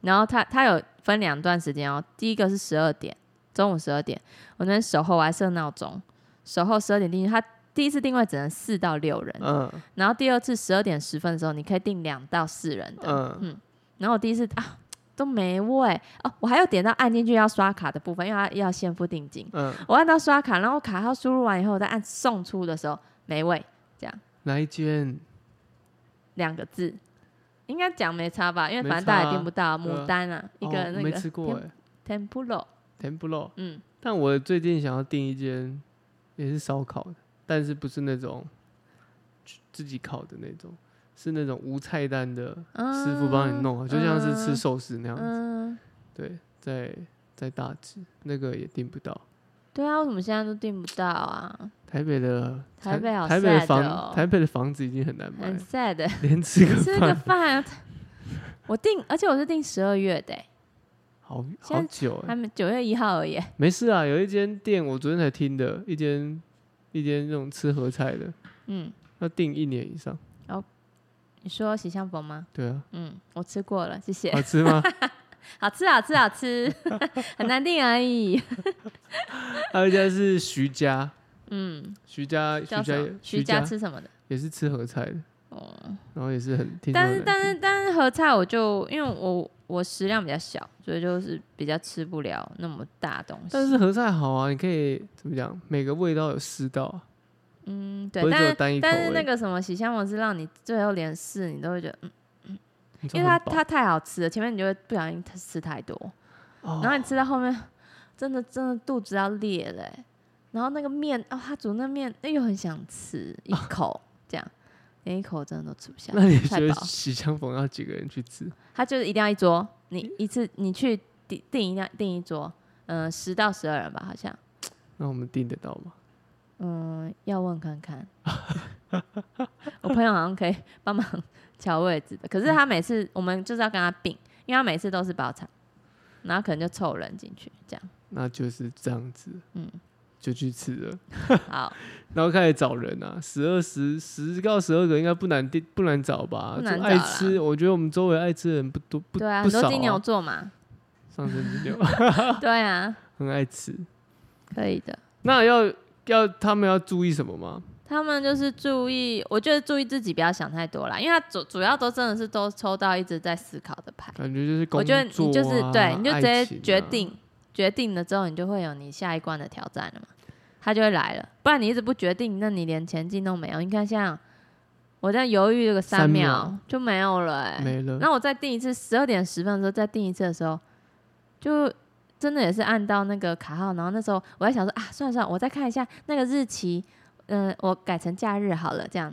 [SPEAKER 2] 然后他他有分两段时间哦，第一个是十二点，中午十二点，我那天守候，我还设闹钟，守候十二点定位。他第一次定位只能四到六人，
[SPEAKER 1] 嗯
[SPEAKER 2] 然后第二次十二点十分的时候，你可以定两到四人的。
[SPEAKER 1] 嗯，
[SPEAKER 2] 然后我第一次啊，都没位哦。我还有点到按进去要刷卡的部分，因为它要先付定金。
[SPEAKER 1] 嗯，
[SPEAKER 2] 我按到刷卡，然后卡号输入完以后，我再按送出的时候没位，这样
[SPEAKER 1] 哪一间？
[SPEAKER 2] 两个字，应该讲没差吧？因为
[SPEAKER 1] 没
[SPEAKER 2] 反正大家
[SPEAKER 1] 差
[SPEAKER 2] 也
[SPEAKER 1] 啊
[SPEAKER 2] 订不到、
[SPEAKER 1] 对啊
[SPEAKER 2] 牡丹啊，一个
[SPEAKER 1] 哦
[SPEAKER 2] 那
[SPEAKER 1] 没
[SPEAKER 2] 个
[SPEAKER 1] 吃过哎
[SPEAKER 2] tem- tempura，
[SPEAKER 1] ，Templo。
[SPEAKER 2] 嗯，
[SPEAKER 1] 但我最近想要订一间，也是烧烤的，但是不是那种自己烤的那种，是那种无菜单的师傅帮你弄啊好，就像是吃
[SPEAKER 2] 嗯
[SPEAKER 1] 寿司那样子。
[SPEAKER 2] 啊嗯，
[SPEAKER 1] 对，在在大直那个也订不到。
[SPEAKER 2] 对啊，为什么现在都订不到啊？
[SPEAKER 1] 台北的
[SPEAKER 2] 台北好
[SPEAKER 1] 台北的
[SPEAKER 2] sad
[SPEAKER 1] 房
[SPEAKER 2] 哦
[SPEAKER 1] 台北的房子已经很难买
[SPEAKER 2] 很
[SPEAKER 1] 了，
[SPEAKER 2] sad，欸
[SPEAKER 1] 连吃个
[SPEAKER 2] 吃个
[SPEAKER 1] 饭
[SPEAKER 2] 饭，啊我订，而且我是订十二月的欸，
[SPEAKER 1] 好
[SPEAKER 2] 现
[SPEAKER 1] 好
[SPEAKER 2] 在
[SPEAKER 1] 久哎、
[SPEAKER 2] 他们九月一号而已欸，
[SPEAKER 1] 没事啊，有一间店我昨天才听的，一间一间那种吃合菜的，
[SPEAKER 2] 嗯，
[SPEAKER 1] 要订一年以上。
[SPEAKER 2] 你说喜相逢吗？
[SPEAKER 1] 对 啊，
[SPEAKER 2] 嗯，我吃过了，谢谢。
[SPEAKER 1] 好吃吗？
[SPEAKER 2] 好吃，啊好吃，好吃， 很难定而已。
[SPEAKER 1] 还有一家是徐家，
[SPEAKER 2] 嗯，
[SPEAKER 1] 徐家徐
[SPEAKER 2] 叫什
[SPEAKER 1] 家
[SPEAKER 2] 么？徐
[SPEAKER 1] 家
[SPEAKER 2] 家吃什么的？
[SPEAKER 1] 也是吃合菜的，
[SPEAKER 2] 哦，
[SPEAKER 1] 然后也是很听说
[SPEAKER 2] 但是
[SPEAKER 1] 很难
[SPEAKER 2] 但是但是合菜我就因为我我食量比较小，所以就是比较吃不了那么大东西。
[SPEAKER 1] 但是合菜好啊，你可以怎么讲？每个味道有四道啊，
[SPEAKER 2] 嗯，
[SPEAKER 1] 不
[SPEAKER 2] 对，
[SPEAKER 1] 是只有
[SPEAKER 2] 但
[SPEAKER 1] 单一
[SPEAKER 2] 是
[SPEAKER 1] 口
[SPEAKER 2] 但是
[SPEAKER 1] 味
[SPEAKER 2] 那个什么喜相逢是让你最后连试你都会觉得，嗯
[SPEAKER 1] 你知
[SPEAKER 2] 因
[SPEAKER 1] 道
[SPEAKER 2] 为它
[SPEAKER 1] 很饱
[SPEAKER 2] 它太好吃了，前面你就会不小心吃太多，
[SPEAKER 1] 哦
[SPEAKER 2] 然后你吃到后面，真的真的肚子要裂了欸、然后那个面哦，他煮那面，那又很想吃一口，这样连一口真的都吃不下，
[SPEAKER 1] 那你觉
[SPEAKER 2] 太
[SPEAKER 1] 得
[SPEAKER 2] 饱。
[SPEAKER 1] 喜相逢要几个人去吃？
[SPEAKER 2] 他就是一定要一桌，你一次你去订订一定要订一桌，嗯、十到十二人吧，好像，
[SPEAKER 1] 那我们订得到吗？
[SPEAKER 2] 嗯，要问看看。 我朋友好像可以帮忙调位置的，可是他每次我们就是要跟他并，因为他每次都是包场，然后可能就凑人进去这 样。
[SPEAKER 1] 那就是这样子，
[SPEAKER 2] 嗯，
[SPEAKER 1] 就去吃了，
[SPEAKER 2] 好，
[SPEAKER 1] 然后开始找人啊，十二十十到十二个应该不难定，不难找吧？
[SPEAKER 2] 不
[SPEAKER 1] 就
[SPEAKER 2] 难
[SPEAKER 1] 爱
[SPEAKER 2] 找啦
[SPEAKER 1] 吃，我觉得我们周围爱吃的人不多，不
[SPEAKER 2] 对啊，
[SPEAKER 1] 不
[SPEAKER 2] 很
[SPEAKER 1] 少、
[SPEAKER 2] 多金牛座 嘛，
[SPEAKER 1] 上升金牛
[SPEAKER 2] 对啊，
[SPEAKER 1] 很爱吃。
[SPEAKER 2] 可以的。
[SPEAKER 1] 那要要他们要注意什么吗？
[SPEAKER 2] 他们就是注意，我觉得注意自己不要想太多啦，因为他主主要都真的是都抽到一直在思考的牌。
[SPEAKER 1] 感觉就是工
[SPEAKER 2] 我觉
[SPEAKER 1] 作、啊，
[SPEAKER 2] 得你就是对，你就直接
[SPEAKER 1] 爱情啊
[SPEAKER 2] 决定、决定了之后，你就会有你下一关的挑战了嘛，他就会来了。不然你一直不决定，那你连前进都没有。你看像我在犹豫这个
[SPEAKER 1] 三
[SPEAKER 2] 秒
[SPEAKER 1] 秒
[SPEAKER 2] 就没有了、欸，
[SPEAKER 1] 没了。
[SPEAKER 2] 那我再定一次，十二点十分的时候再定一次的时候，就真的也是按到那个卡号，然后那时候我在想说啊，算了算了，我再看一下那个日期，嗯、我改成假日好了，这样，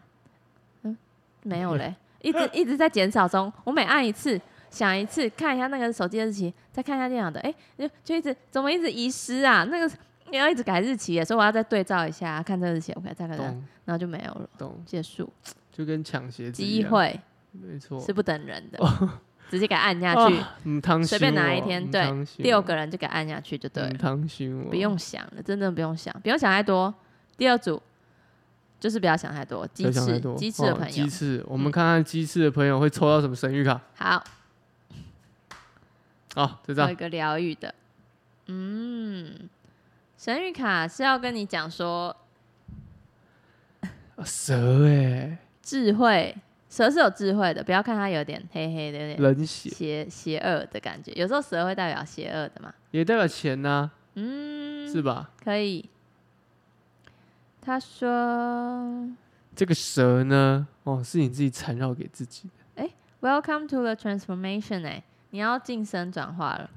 [SPEAKER 2] 嗯，没有嘞，一直一直在减少中，我每按一次。想一次，看一下那个手机的日期，再看一下电脑的，哎、就就一直怎么一直遗失啊？那个你要一直改日期耶，所以我要再对照一下，看这个日期，我看再看这个，
[SPEAKER 1] 懂
[SPEAKER 2] 然后就没有了，
[SPEAKER 1] 懂，
[SPEAKER 2] 结束，
[SPEAKER 1] 就跟抢鞋子一
[SPEAKER 2] 机
[SPEAKER 1] 样，
[SPEAKER 2] 会
[SPEAKER 1] 没错。
[SPEAKER 2] 是不等人的，直接给按下去，
[SPEAKER 1] 啊嗯，汤
[SPEAKER 2] 随便
[SPEAKER 1] 熏
[SPEAKER 2] 拿
[SPEAKER 1] 我
[SPEAKER 2] 一天
[SPEAKER 1] 嗯
[SPEAKER 2] 对
[SPEAKER 1] 汤熏
[SPEAKER 2] 六
[SPEAKER 1] 我
[SPEAKER 2] 个人就给按下去就对
[SPEAKER 1] 嗯
[SPEAKER 2] 了，
[SPEAKER 1] 汤熏我，
[SPEAKER 2] 不用想了，真的不用想，不用想太多。第二组就是不要想太多，鸡
[SPEAKER 1] 不要想太
[SPEAKER 2] 翅
[SPEAKER 1] 多
[SPEAKER 2] 鸡翅的
[SPEAKER 1] 哦
[SPEAKER 2] 朋友嗯
[SPEAKER 1] 鸡，翅，我们看看鸡翅的朋友会抽到什么神谕卡。
[SPEAKER 2] 好，
[SPEAKER 1] 好，就这
[SPEAKER 2] 做一
[SPEAKER 1] 样。
[SPEAKER 2] 个疗愈的，嗯，神谕卡是要跟你讲说
[SPEAKER 1] 啊蛇哎，
[SPEAKER 2] 智慧，蛇是有智慧的，不要看它有点黑黑的，有点
[SPEAKER 1] 冷血
[SPEAKER 2] 邪邪恶的感觉，有时候蛇会代表邪恶的嘛，
[SPEAKER 1] 也代表钱呐，
[SPEAKER 2] 嗯，
[SPEAKER 1] 是吧？
[SPEAKER 2] 可以。他说。
[SPEAKER 1] 这个蛇呢，哦，是你自己缠绕给自己的。
[SPEAKER 2] Welcome to the transformation 哎、你要晋升转化了，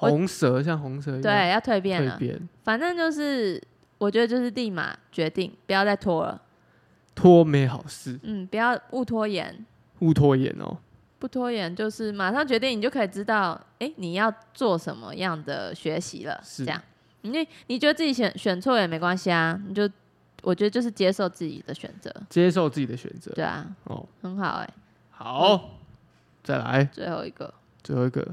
[SPEAKER 2] 我
[SPEAKER 1] 红蛇像红蛇一样
[SPEAKER 2] 对，要蜕变
[SPEAKER 1] 蜕
[SPEAKER 2] 了。
[SPEAKER 1] 变，
[SPEAKER 2] 反正就是，我觉得就是立马决定，不要再拖了。
[SPEAKER 1] 拖没好事，
[SPEAKER 2] 嗯，不要勿拖延，
[SPEAKER 1] 勿拖延哦。
[SPEAKER 2] 不拖延就是马上决定，你就可以知道，哎、你要做什么样的学习了。
[SPEAKER 1] 是
[SPEAKER 2] 这样，你你觉得自己选选错也没关系啊，你就我觉得就是接受自己的选择，
[SPEAKER 1] 接受自己的选择
[SPEAKER 2] 对啊，
[SPEAKER 1] 哦。
[SPEAKER 2] 很好哎、
[SPEAKER 1] 好，再来
[SPEAKER 2] 最后一个
[SPEAKER 1] 最后一个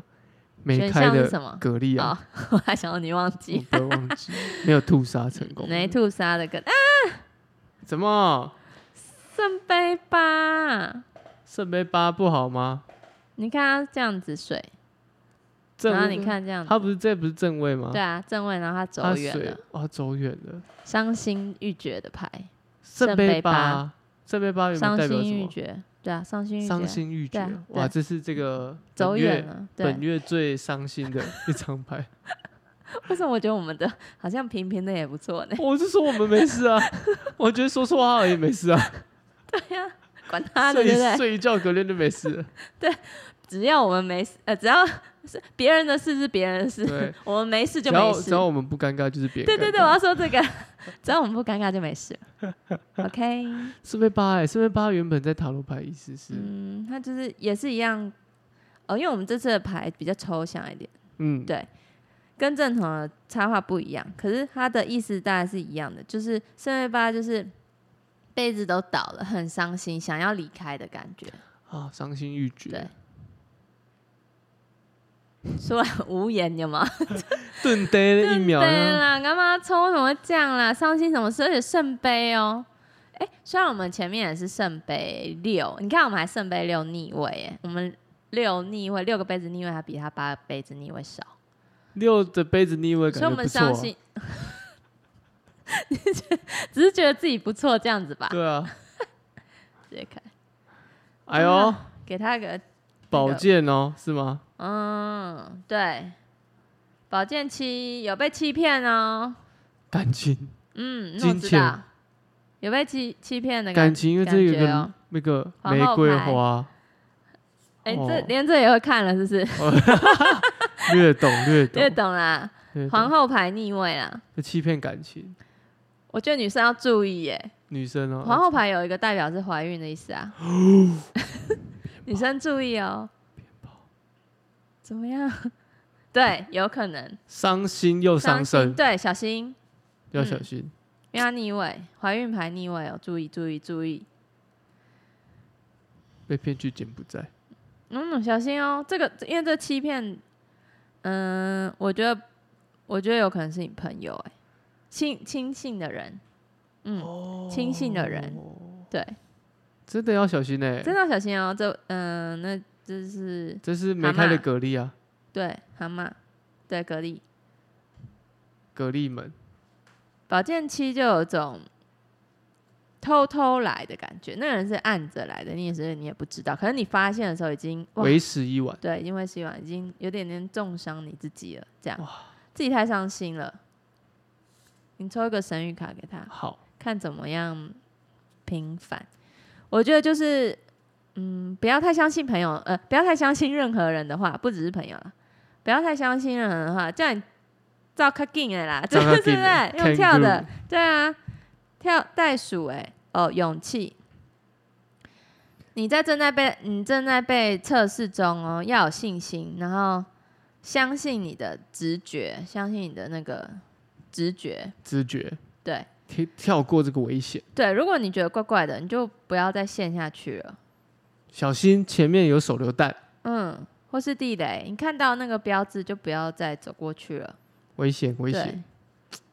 [SPEAKER 1] 没
[SPEAKER 2] 选
[SPEAKER 1] 开
[SPEAKER 2] 项是
[SPEAKER 1] 的
[SPEAKER 2] 什么？
[SPEAKER 1] 蛤蜊
[SPEAKER 2] 哦
[SPEAKER 1] 啊，，
[SPEAKER 2] 我还想到你忘
[SPEAKER 1] 我
[SPEAKER 2] 记
[SPEAKER 1] 不会忘 记，没有吐沙成功。
[SPEAKER 2] 雷兔杀的歌，
[SPEAKER 1] 怎么
[SPEAKER 2] 圣杯吧，
[SPEAKER 1] 圣杯八不好吗？
[SPEAKER 2] 你看他这样子水，
[SPEAKER 1] 正
[SPEAKER 2] 然后
[SPEAKER 1] 位
[SPEAKER 2] 啊你，看这样子，
[SPEAKER 1] 他不是这不是正位吗？
[SPEAKER 2] 对啊，正位，然后他
[SPEAKER 1] 他
[SPEAKER 2] 走
[SPEAKER 1] 水
[SPEAKER 2] 远了，
[SPEAKER 1] 哦，走远了。
[SPEAKER 2] 伤心欲绝的牌，
[SPEAKER 1] 圣
[SPEAKER 2] 圣
[SPEAKER 1] 杯
[SPEAKER 2] 杯八
[SPEAKER 1] 八这杯八元
[SPEAKER 2] 伤
[SPEAKER 1] 代表什
[SPEAKER 2] 心欲
[SPEAKER 1] 么？
[SPEAKER 2] 绝，对啊，伤心欲
[SPEAKER 1] 伤
[SPEAKER 2] 绝，
[SPEAKER 1] 心欲
[SPEAKER 2] 对
[SPEAKER 1] 绝
[SPEAKER 2] 啊，对
[SPEAKER 1] 哇，这是这个
[SPEAKER 2] 走
[SPEAKER 1] 本
[SPEAKER 2] 远
[SPEAKER 1] 月
[SPEAKER 2] 了。对啊
[SPEAKER 1] 本，月最伤心的一张 牌。
[SPEAKER 2] 为什么我觉得我们的好像平平的也不错 呢？
[SPEAKER 1] 我是说我们没事啊， 我觉得说错话而已没事 啊，
[SPEAKER 2] 对呀、管他的，
[SPEAKER 1] 睡
[SPEAKER 2] 啊对不
[SPEAKER 1] 一
[SPEAKER 2] 对？
[SPEAKER 1] 睡一觉隔天就没事了。
[SPEAKER 2] 只要我们没事，呃，只要是别人的事是别人的事
[SPEAKER 1] 对，
[SPEAKER 2] 我们没事
[SPEAKER 1] 只
[SPEAKER 2] 就没
[SPEAKER 1] 要
[SPEAKER 2] 事
[SPEAKER 1] 只。要我们不尴尬，就是别人
[SPEAKER 2] 对对
[SPEAKER 1] 尴
[SPEAKER 2] 对，
[SPEAKER 1] 尬
[SPEAKER 2] 我要说 这个，只要我们不尴尬就没事了。OK，
[SPEAKER 1] 四倍八哎，四倍八原本在塔罗牌意思是，
[SPEAKER 2] 嗯，它就是也是一样，哦，因为我们这次的牌比较抽象一点，
[SPEAKER 1] 嗯，
[SPEAKER 2] 对跟正统的插画不一样，可是它的意思大概是一样的，就是圣杯八就是被子都倒了，很伤心，想要离开的感觉，
[SPEAKER 1] 啊，伤心欲
[SPEAKER 2] 对
[SPEAKER 1] 绝，。
[SPEAKER 2] 说来 无言，有吗？
[SPEAKER 1] 顿呆了一秒
[SPEAKER 2] 对
[SPEAKER 1] 呢，
[SPEAKER 2] 啦，干嘛抽什么酱啦？伤心什么事？而且圣杯哦、哎、虽然我们前面也是圣杯六，你看我们还圣杯六逆位耶，我们六逆位，六个杯子逆位还比他八个杯子逆位少，
[SPEAKER 1] 六的杯子逆位感
[SPEAKER 2] 所以
[SPEAKER 1] 觉
[SPEAKER 2] 我们
[SPEAKER 1] 不错啊
[SPEAKER 2] 伤，心。 只是觉得自己不错这样子吧，
[SPEAKER 1] 对啊，
[SPEAKER 2] 直接看，
[SPEAKER 1] 哎呦，
[SPEAKER 2] 给他个
[SPEAKER 1] 宝剑哦，是吗？
[SPEAKER 2] 嗯，对，宝剑七有被欺骗哦，
[SPEAKER 1] 感情，
[SPEAKER 2] 嗯，那我
[SPEAKER 1] 金
[SPEAKER 2] 知
[SPEAKER 1] 钱
[SPEAKER 2] 道，有被欺欺骗的
[SPEAKER 1] 感
[SPEAKER 2] 感觉。
[SPEAKER 1] 情，因为这有
[SPEAKER 2] 感觉哦
[SPEAKER 1] 个那个
[SPEAKER 2] 皇
[SPEAKER 1] 玫
[SPEAKER 2] 后
[SPEAKER 1] 瑰
[SPEAKER 2] 牌
[SPEAKER 1] 花，
[SPEAKER 2] 哎、这
[SPEAKER 1] 哦
[SPEAKER 2] 连这也会看了，是不是？
[SPEAKER 1] 略懂略懂
[SPEAKER 2] 略懂啦，
[SPEAKER 1] 略懂
[SPEAKER 2] 皇后牌逆位啦，
[SPEAKER 1] 就欺骗感情，
[SPEAKER 2] 我觉得女生要注意耶。
[SPEAKER 1] 女生哦，
[SPEAKER 2] 皇后牌有一个代表是怀孕的意思 啊，女生注意哦。怎么样？ 对，有可能
[SPEAKER 1] 伤心又伤
[SPEAKER 2] 心，嗯
[SPEAKER 1] 身，
[SPEAKER 2] 对，小心，
[SPEAKER 1] 要小心。
[SPEAKER 2] 因为它逆位，怀孕牌逆位哦，注意，注意，注意，
[SPEAKER 1] 被骗去柬埔寨，
[SPEAKER 2] 嗯，小心哦。这个因为这欺骗，嗯，我觉得，我觉得有可能是你朋友哎，亲亲信的人，嗯，亲信的人，对。
[SPEAKER 1] 真的要小心哎、
[SPEAKER 2] 真的要小心哦。这嗯、那这是
[SPEAKER 1] 这是没开
[SPEAKER 2] 蛤
[SPEAKER 1] 的
[SPEAKER 2] 蟆
[SPEAKER 1] 蛤蜊啊，
[SPEAKER 2] 对蛤蟆，对蛤蜊。
[SPEAKER 1] 蛤蜊们。
[SPEAKER 2] 保健期就有种偷偷来的感觉，那个人是暗着来的，你也是你也不知道。可是你发现的时候已经哇，
[SPEAKER 1] 为时已晚。
[SPEAKER 2] 对，因为希望已经有点点重伤你自己了，这样
[SPEAKER 1] 哇
[SPEAKER 2] 自己太伤心了。你抽一个神谕卡给他，
[SPEAKER 1] 好，
[SPEAKER 2] 看怎么样平反。我觉得就是，嗯，不要太相信朋友，呃，不要太相信任何人的话，不只是朋友啦，不要太相信任何人的话，这样你照较近的啦，
[SPEAKER 1] 张
[SPEAKER 2] 对 不
[SPEAKER 1] 家
[SPEAKER 2] 对？
[SPEAKER 1] 定了
[SPEAKER 2] 用跳的
[SPEAKER 1] Kangaroo，
[SPEAKER 2] 对啊，跳袋鼠、哎，哦，勇气。你在正在被你正在被测试中哦，要有信心，然后相信你的直觉，相信你的那个直觉，
[SPEAKER 1] 直觉
[SPEAKER 2] 对，
[SPEAKER 1] 跳跳过这个危险，
[SPEAKER 2] 对，如果你觉得怪怪的，你就不要再陷下去了。
[SPEAKER 1] 小心前面有手榴弹，
[SPEAKER 2] 嗯，或是地雷，你看到那个标志就不要再走过去了。
[SPEAKER 1] 危险危
[SPEAKER 2] 对
[SPEAKER 1] 险。，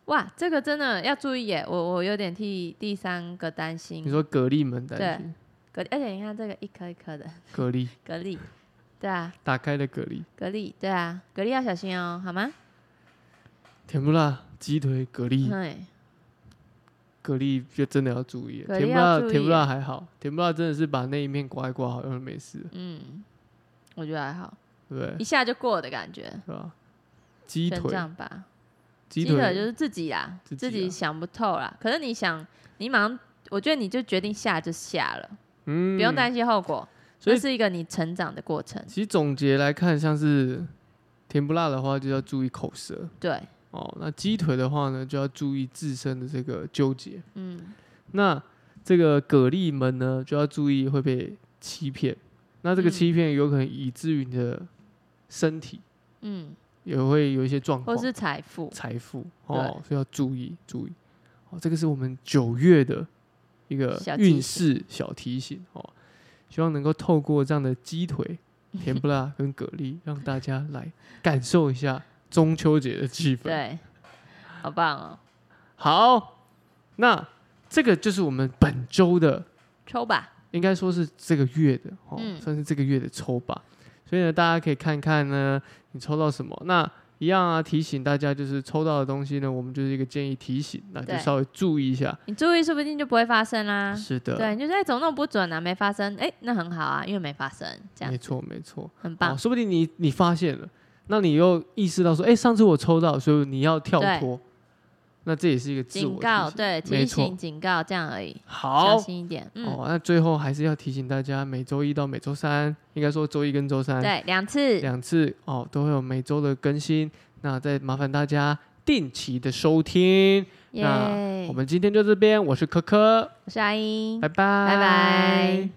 [SPEAKER 2] 哇，这个真的要注意耶！我我有点替第三个担
[SPEAKER 1] 你
[SPEAKER 2] 心。
[SPEAKER 1] 说蛤蜊们担心，
[SPEAKER 2] 蛤蜊，而且你看这个一颗一颗的
[SPEAKER 1] 蛤蜊
[SPEAKER 2] 蛤蜊，对啊，
[SPEAKER 1] 打开的蛤蜊，
[SPEAKER 2] 蛤蜊，对啊，蛤蜊要小心哦，好吗？
[SPEAKER 1] 甜不辣鸡腿蛤蜊，
[SPEAKER 2] 对，
[SPEAKER 1] 蛤蜊就真的要注意了。
[SPEAKER 2] 蛤蜊
[SPEAKER 1] 甜不
[SPEAKER 2] 要
[SPEAKER 1] 辣
[SPEAKER 2] 注意
[SPEAKER 1] 甜不辣还好，甜不辣真的是把那一面刮一刮，好像就没事了，
[SPEAKER 2] 嗯，我觉得还好，
[SPEAKER 1] 对不对
[SPEAKER 2] 一？下就过的感觉。
[SPEAKER 1] 是吧？鸡
[SPEAKER 2] 先这
[SPEAKER 1] 腿
[SPEAKER 2] 样吧，
[SPEAKER 1] 鸡
[SPEAKER 2] 鸡腿就
[SPEAKER 1] 腿
[SPEAKER 2] 是自己啦，
[SPEAKER 1] 自己
[SPEAKER 2] 自己
[SPEAKER 1] 啊
[SPEAKER 2] 想不透啦。可是你想，你马上，我觉得你就决定下就下了。
[SPEAKER 1] 嗯
[SPEAKER 2] 不用担心后果，
[SPEAKER 1] 所以
[SPEAKER 2] 这是一个你成长的过程。
[SPEAKER 1] 其实总结来看，像是甜不辣的话，就要注意口舌
[SPEAKER 2] 对，
[SPEAKER 1] 哦。那鸡腿的话呢，就要注意自身的这个纠结。
[SPEAKER 2] 嗯，
[SPEAKER 1] 那这个蛤蜊们呢，就要注意会被欺骗。那这个
[SPEAKER 2] 嗯
[SPEAKER 1] 欺骗有可能以至于你的身体，
[SPEAKER 2] 嗯，
[SPEAKER 1] 也会有一些状
[SPEAKER 2] 或
[SPEAKER 1] 况，
[SPEAKER 2] 是财富，
[SPEAKER 1] 财富哦，所以要注意注意。哦，这个是我们九月的一个
[SPEAKER 2] 小提醒
[SPEAKER 1] 运势小提醒哦，希望能够透过这样的鸡 腿、甜不辣跟蛤蜊，让大家来感受一下中秋节的气氛。
[SPEAKER 2] 对，好棒哦，
[SPEAKER 1] 好，那这个就是我们本周的
[SPEAKER 2] 抽吧，
[SPEAKER 1] 应该说是这个月的哦，
[SPEAKER 2] 嗯
[SPEAKER 1] 算是这个月的抽吧。所以呢，大家可以看看呢，你抽到什么。那一样啊，提醒大家就是抽到的东西呢，我们就是一个建议提醒，那就
[SPEAKER 2] 对
[SPEAKER 1] 稍微注意一下。
[SPEAKER 2] 你注意，说不定就不会发生啦。
[SPEAKER 1] 是的，
[SPEAKER 2] 对，你就说哎，怎么那么不准啊？没发生，哎，那很好啊，因为没发生，这样
[SPEAKER 1] 没错没错。
[SPEAKER 2] 很棒
[SPEAKER 1] 哦，。说不定你你发现了，那你又意识到说，哎、上次我抽到，所以你要跳
[SPEAKER 2] 对
[SPEAKER 1] 脱，那这也是一个自
[SPEAKER 2] 警
[SPEAKER 1] 我
[SPEAKER 2] 告，
[SPEAKER 1] 提醒。
[SPEAKER 2] 对，
[SPEAKER 1] 没
[SPEAKER 2] 提
[SPEAKER 1] 错
[SPEAKER 2] 醒、警告，这样而已，小
[SPEAKER 1] 好，
[SPEAKER 2] 心一点。嗯，
[SPEAKER 1] 哦，那最后还是要提醒大家，每周一到每周三，应该说周一跟周三
[SPEAKER 2] 对，两次，
[SPEAKER 1] 两次哦，都会有每周的更新。那再麻烦大家定期的收听。
[SPEAKER 2] 耶！
[SPEAKER 1] 那我们今天就这边，我是科科，
[SPEAKER 2] 我是阿英，
[SPEAKER 1] 拜拜，
[SPEAKER 2] 嗯拜拜